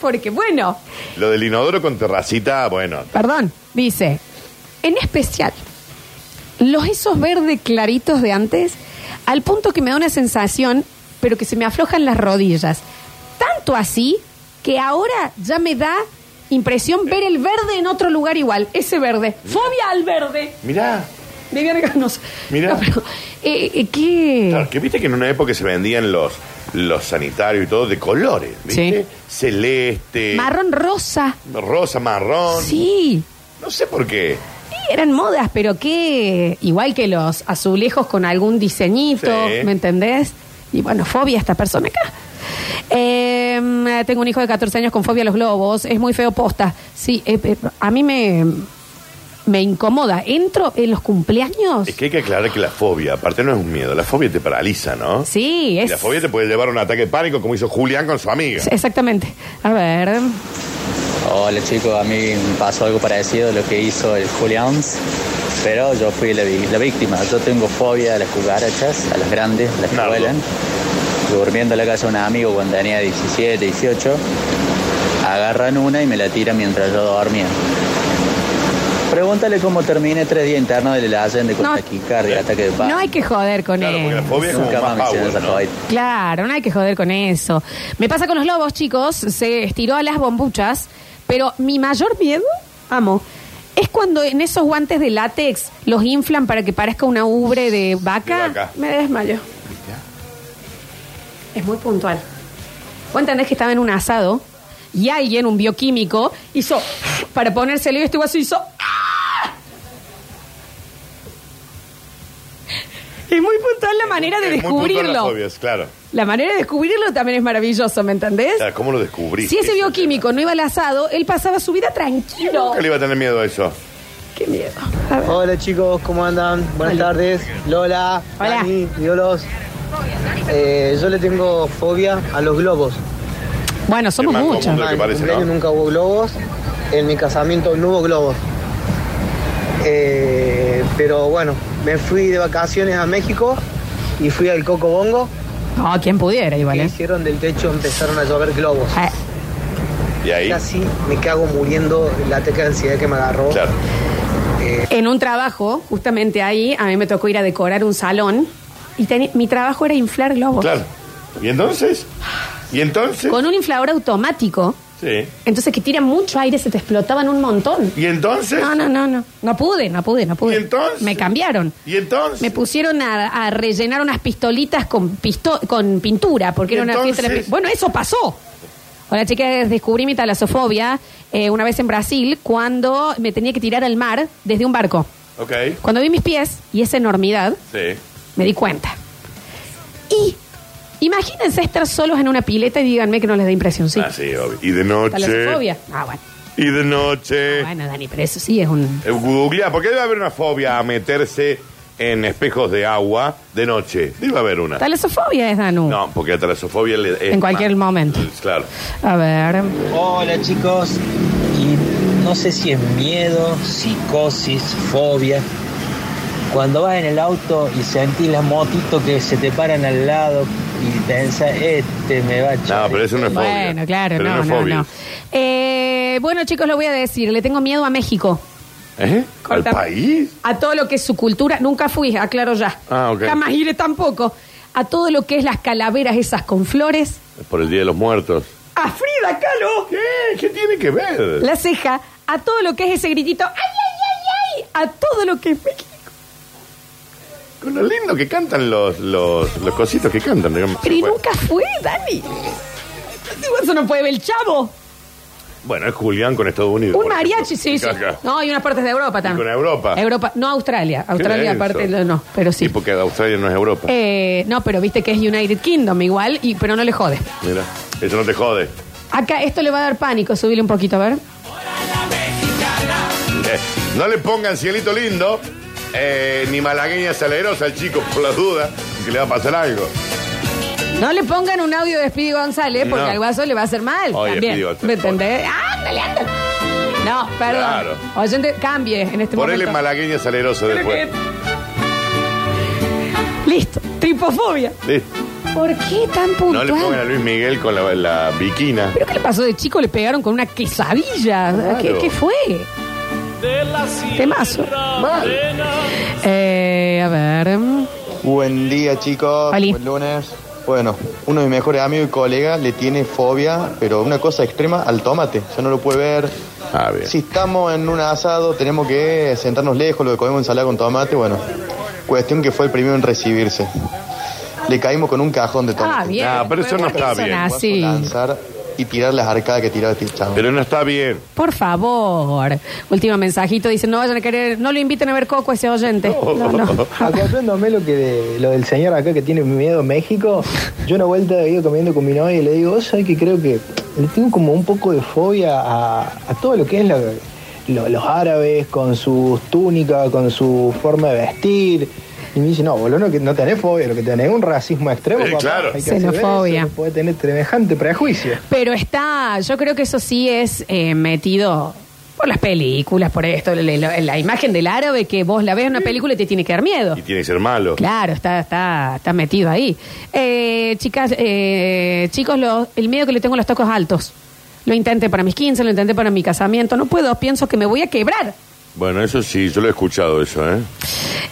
Speaker 1: Porque, bueno,
Speaker 2: Lo del inodoro con terracita, bueno.
Speaker 1: perdón, dice, en especial, los esos verde claritos de antes, al punto que me da una sensación, pero que se me aflojan las rodillas. Tanto así que ahora ya me da impresión ver el verde en otro lugar igual, ese verde. Fobia al verde.
Speaker 2: Mirá.
Speaker 1: Viviana Canosa.
Speaker 2: Mirá.
Speaker 1: No, pero, eh, eh, ¿Qué?
Speaker 2: Claro, que viste que en una época se vendían los, los sanitarios y todo de colores, ¿viste? Celeste,
Speaker 1: Marrón rosa.
Speaker 2: rosa, marrón.
Speaker 1: Sí.
Speaker 2: No sé por qué.
Speaker 1: Sí, eran modas, pero qué. Igual que los azulejos con algún diseñito,
Speaker 2: Sí.
Speaker 1: ¿me entendés? Y bueno, fobia a esta persona acá. Eh, tengo un hijo de 14 años con fobia a los globos. Es muy feo posta. Sí, eh, eh, a mí me, me incomoda. Entro en los cumpleaños.
Speaker 2: Es que hay que aclarar que la fobia, aparte no es un miedo, la fobia te paraliza, ¿no?
Speaker 1: Sí,
Speaker 2: Y
Speaker 1: es.
Speaker 2: La fobia te puede llevar a un ataque de pánico como hizo Julián con su amiga.
Speaker 1: Exactamente. A ver.
Speaker 7: Hola chicos, a mí me pasó algo parecido a lo que hizo el Julián, pero yo fui la, vi- la víctima. Yo tengo fobia a las cucarachas, a las grandes, las que vuelan. Durmiendo en la casa de un amigo cuando tenía 17, 18, agarran una y me la tiran mientras yo dormía. Pregúntale cómo terminé tres días internos del Allende con
Speaker 1: No.
Speaker 7: taquicardia, ataque de pánico.
Speaker 1: No hay que joder con eso.
Speaker 2: fobia es como
Speaker 7: Nunca
Speaker 2: más
Speaker 7: más me hicieron
Speaker 2: power,
Speaker 7: esa
Speaker 2: ¿no?
Speaker 7: fobia.
Speaker 1: Claro, no hay que joder con eso. Me pasa con los lobos, chicos. Se estiró a las bombuchas, pero mi mayor miedo, amo, es cuando en esos guantes de látex los inflan para que parezca una ubre de vaca.
Speaker 2: De vaca.
Speaker 1: Me desmayo. Es muy puntual. Vos entendés que estaba en un asado y alguien, un bioquímico, hizo para ponérselo y este guaso hizo. ¡ah! Es muy puntual la manera de
Speaker 2: Es muy puntual las
Speaker 1: descubrirlo.
Speaker 2: fobias, claro.
Speaker 1: La manera de descubrirlo también es maravilloso, ¿me entendés?
Speaker 2: O sea, ¿Cómo lo descubriste?
Speaker 1: Si ese bioquímico no iba al asado, él pasaba su vida tranquilo.
Speaker 2: Nunca le iba a tener miedo a eso.
Speaker 1: Qué miedo.
Speaker 14: Hola chicos, ¿cómo andan? Buenas tardes. Lola,
Speaker 1: Hola.
Speaker 14: Dani, Diolos. Eh, yo le tengo fobia a los globos.
Speaker 1: Bueno, somos
Speaker 14: más
Speaker 1: muchos.
Speaker 14: común de lo que parece, En mi cumpleaños nunca hubo globos. En mi casamiento no hubo globos. Eh, pero bueno, me fui de vacaciones a México y fui al Coco Bongo.
Speaker 1: No, quien pudiera igual,
Speaker 14: Me
Speaker 1: ¿eh? Ah,
Speaker 14: hicieron del techo, empezaron a llover globos.
Speaker 2: Y ahí.
Speaker 14: Casi me cago muriendo la teca de ansiedad que me agarró.
Speaker 1: En un trabajo, justamente ahí, a mí me tocó ir a decorar un salón y teni- mi trabajo era inflar globos.
Speaker 2: Claro. ¿Y entonces? ¿Y entonces?
Speaker 1: Con un inflador automático,
Speaker 2: Sí.
Speaker 1: entonces que tira mucho aire, se te explotaban un montón.
Speaker 2: ¿Y entonces?
Speaker 1: No, no, no, no. No pude, no pude, no pude.
Speaker 2: ¿Y entonces?
Speaker 1: Me cambiaron.
Speaker 2: ¿Y entonces?
Speaker 1: Me pusieron a, a rellenar unas pistolitas con, pisto- con pintura, porque
Speaker 2: ¿Y
Speaker 1: era una fiesta. de
Speaker 2: entonces?
Speaker 1: pi- Bueno, eso pasó. Hola, chicas, descubrí mi talasofobia eh, una vez en Brasil cuando me tenía que tirar al mar desde un barco.
Speaker 2: Ok.
Speaker 1: Cuando vi mis pies y esa enormidad,
Speaker 2: Sí.
Speaker 1: me di cuenta. Y imagínense estar solos en una pileta y díganme que no les da impresión, ¿sí?
Speaker 2: Ah, sí, obvio. Y de noche.
Speaker 1: Talasofobia. Ah, bueno.
Speaker 2: Y de noche.
Speaker 1: Bueno, Dani, pero eso sí es un...
Speaker 2: Eh, Googleá, porque debe haber una fobia a meterse en espejos de agua de noche. Debe haber una.
Speaker 1: Talasofobia es Danu.
Speaker 2: Ah. No, porque la talasofobia le- es
Speaker 1: en cualquier
Speaker 2: más-
Speaker 1: momento.
Speaker 2: Claro.
Speaker 1: A ver.
Speaker 15: Hola chicos, y no sé si es miedo, psicosis, fobia. Cuando vas en el auto y sentís las motitos que se te paran al lado y pensás, este me va a echar.
Speaker 2: No, pero eso no es fobia.
Speaker 1: Bueno, claro,
Speaker 2: Pero
Speaker 1: no,
Speaker 2: es
Speaker 1: no,
Speaker 2: fobia.
Speaker 1: no. Eh, bueno, chicos, lo voy a decir. Le tengo miedo a México.
Speaker 2: ¿Eh? ¿Al
Speaker 1: Corta.
Speaker 2: país?
Speaker 1: A todo lo que es su cultura. Nunca fui, aclaro ya.
Speaker 2: Ah, ok.
Speaker 1: Jamás iré tampoco. A todo lo que es las calaveras esas con flores.
Speaker 2: Por el Día de los Muertos.
Speaker 1: A Frida Kahlo.
Speaker 2: ¿Qué? ¿Qué tiene que ver?
Speaker 1: La ceja. A todo lo que es ese gritito. ¡Ay, ay, ay, ay! A todo lo que es México.
Speaker 2: Con lo lindo que cantan los, los, los cositos que cantan. digamos.
Speaker 1: Pero y nunca fue, Dani. Eso no puede ver el chavo.
Speaker 2: Bueno, es Julián con Estados Unidos.
Speaker 1: Un
Speaker 2: por
Speaker 1: mariachi, sí, sí.
Speaker 2: ejemplo. Acá, acá.
Speaker 1: No, hay unas partes de Europa también.
Speaker 2: con Europa.
Speaker 1: Europa, no Australia. Australia
Speaker 2: denso.
Speaker 1: aparte, no, no, pero sí.
Speaker 2: Y porque Australia no es Europa.
Speaker 1: Eh, no, pero viste que es United Kingdom igual, y, pero no le jode.
Speaker 2: Mira, eso no te jode.
Speaker 1: Acá, esto le va a dar pánico, subirle un poquito, a ver.
Speaker 2: Eh, <laughs> no le pongan cielito lindo, eh, ni malagueña salerosa al chico, por la duda, que le va a pasar algo.
Speaker 1: No le pongan un audio de Speedy González, porque
Speaker 2: No.
Speaker 1: al guaso le va a hacer mal.
Speaker 2: Oye, Speedy
Speaker 1: también.
Speaker 2: González,
Speaker 1: ¿Me entendés? ¡Ándale, ándale! No, perdón.
Speaker 2: Claro.
Speaker 1: Oyente, cambie en este
Speaker 2: Ponele
Speaker 1: momento.
Speaker 2: malagueña salerosa después.
Speaker 1: Listo. Tripofobia.
Speaker 2: Sí.
Speaker 1: ¿Por qué tan
Speaker 2: No
Speaker 1: puntual?
Speaker 2: le pongan a Luis Miguel con la, la biquina.
Speaker 1: ¿Pero qué le pasó de chico? Le pegaron con una quesadilla. ¿Qué, qué fue? Temazo. Eh, a ver.
Speaker 5: Buen día, chicos.
Speaker 1: Oli.
Speaker 5: Buen lunes. Bueno, uno de mis mejores amigos y colegas le tiene fobia, pero una cosa extrema, al tomate. Yo no lo puedo ver.
Speaker 2: Ah,
Speaker 5: Si estamos en un asado, tenemos que sentarnos lejos, lo que comemos ensalada con tomate. Bueno, cuestión que fue el primero en recibirse. Le caímos con un cajón de tomate.
Speaker 1: Ah, bien. Ah, pero eso no Buena está persona, bien. sí.
Speaker 5: Lanzar y tirar las arcadas que tiraba este chavo.
Speaker 2: Pero no está bien.
Speaker 1: Por favor. Último mensajito. Dice, no vayan a querer, no lo inviten a ver Coco a ese oyente. No, <laughs> no.
Speaker 6: Acoplándome lo que de- lo del señor acá que tiene miedo a México, yo una vuelta he ido comiendo con mi novia y le digo, "Vos sabés que creo que le tengo como un poco de fobia a, a todo lo que es la- lo- los árabes, con sus túnicas, con su forma de vestir. Y me dice, no, boludo, no, que no tenés fobia, lo que tenés es un racismo extremo.
Speaker 1: Sí,
Speaker 6: papá.
Speaker 1: claro.
Speaker 6: Hay que hacer ver
Speaker 1: Xenofobia.
Speaker 6: eso, no Puede tener semejante prejuicio.
Speaker 1: Pero está, yo creo que eso sí es eh, metido por las películas, por esto, la, la- la imagen del árabe que vos la ves en una película y te tiene que dar miedo.
Speaker 2: Y tiene que ser malo.
Speaker 1: Claro, está, está, está metido ahí. Eh, chicas, eh, chicos, lo- el miedo que le tengo a los tacos altos. Lo intenté para mis 15, lo intenté para mi casamiento. No puedo, pienso que me voy a quebrar.
Speaker 2: Bueno, eso sí, yo lo he escuchado eso, ¿eh?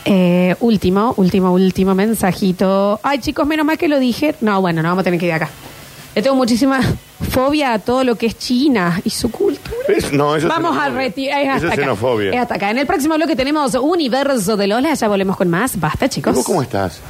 Speaker 1: Eh, último, último, último mensajito. Ay, chicos, menos mal que lo dije. No, bueno, no vamos a tener que ir acá. Le tengo muchísima fobia a todo lo que es China y su cultura.
Speaker 2: Es- no, eso es
Speaker 1: vamos a
Speaker 2: xenofobia.
Speaker 1: retirar. Es
Speaker 2: Eso
Speaker 1: hasta
Speaker 2: es
Speaker 1: acá.
Speaker 2: xenofobia.
Speaker 1: Es hasta acá. En el próximo bloque tenemos Universo de Lola. Ya volvemos con más. Basta,
Speaker 2: ¿Y
Speaker 1: chicos.
Speaker 2: vos cómo estás?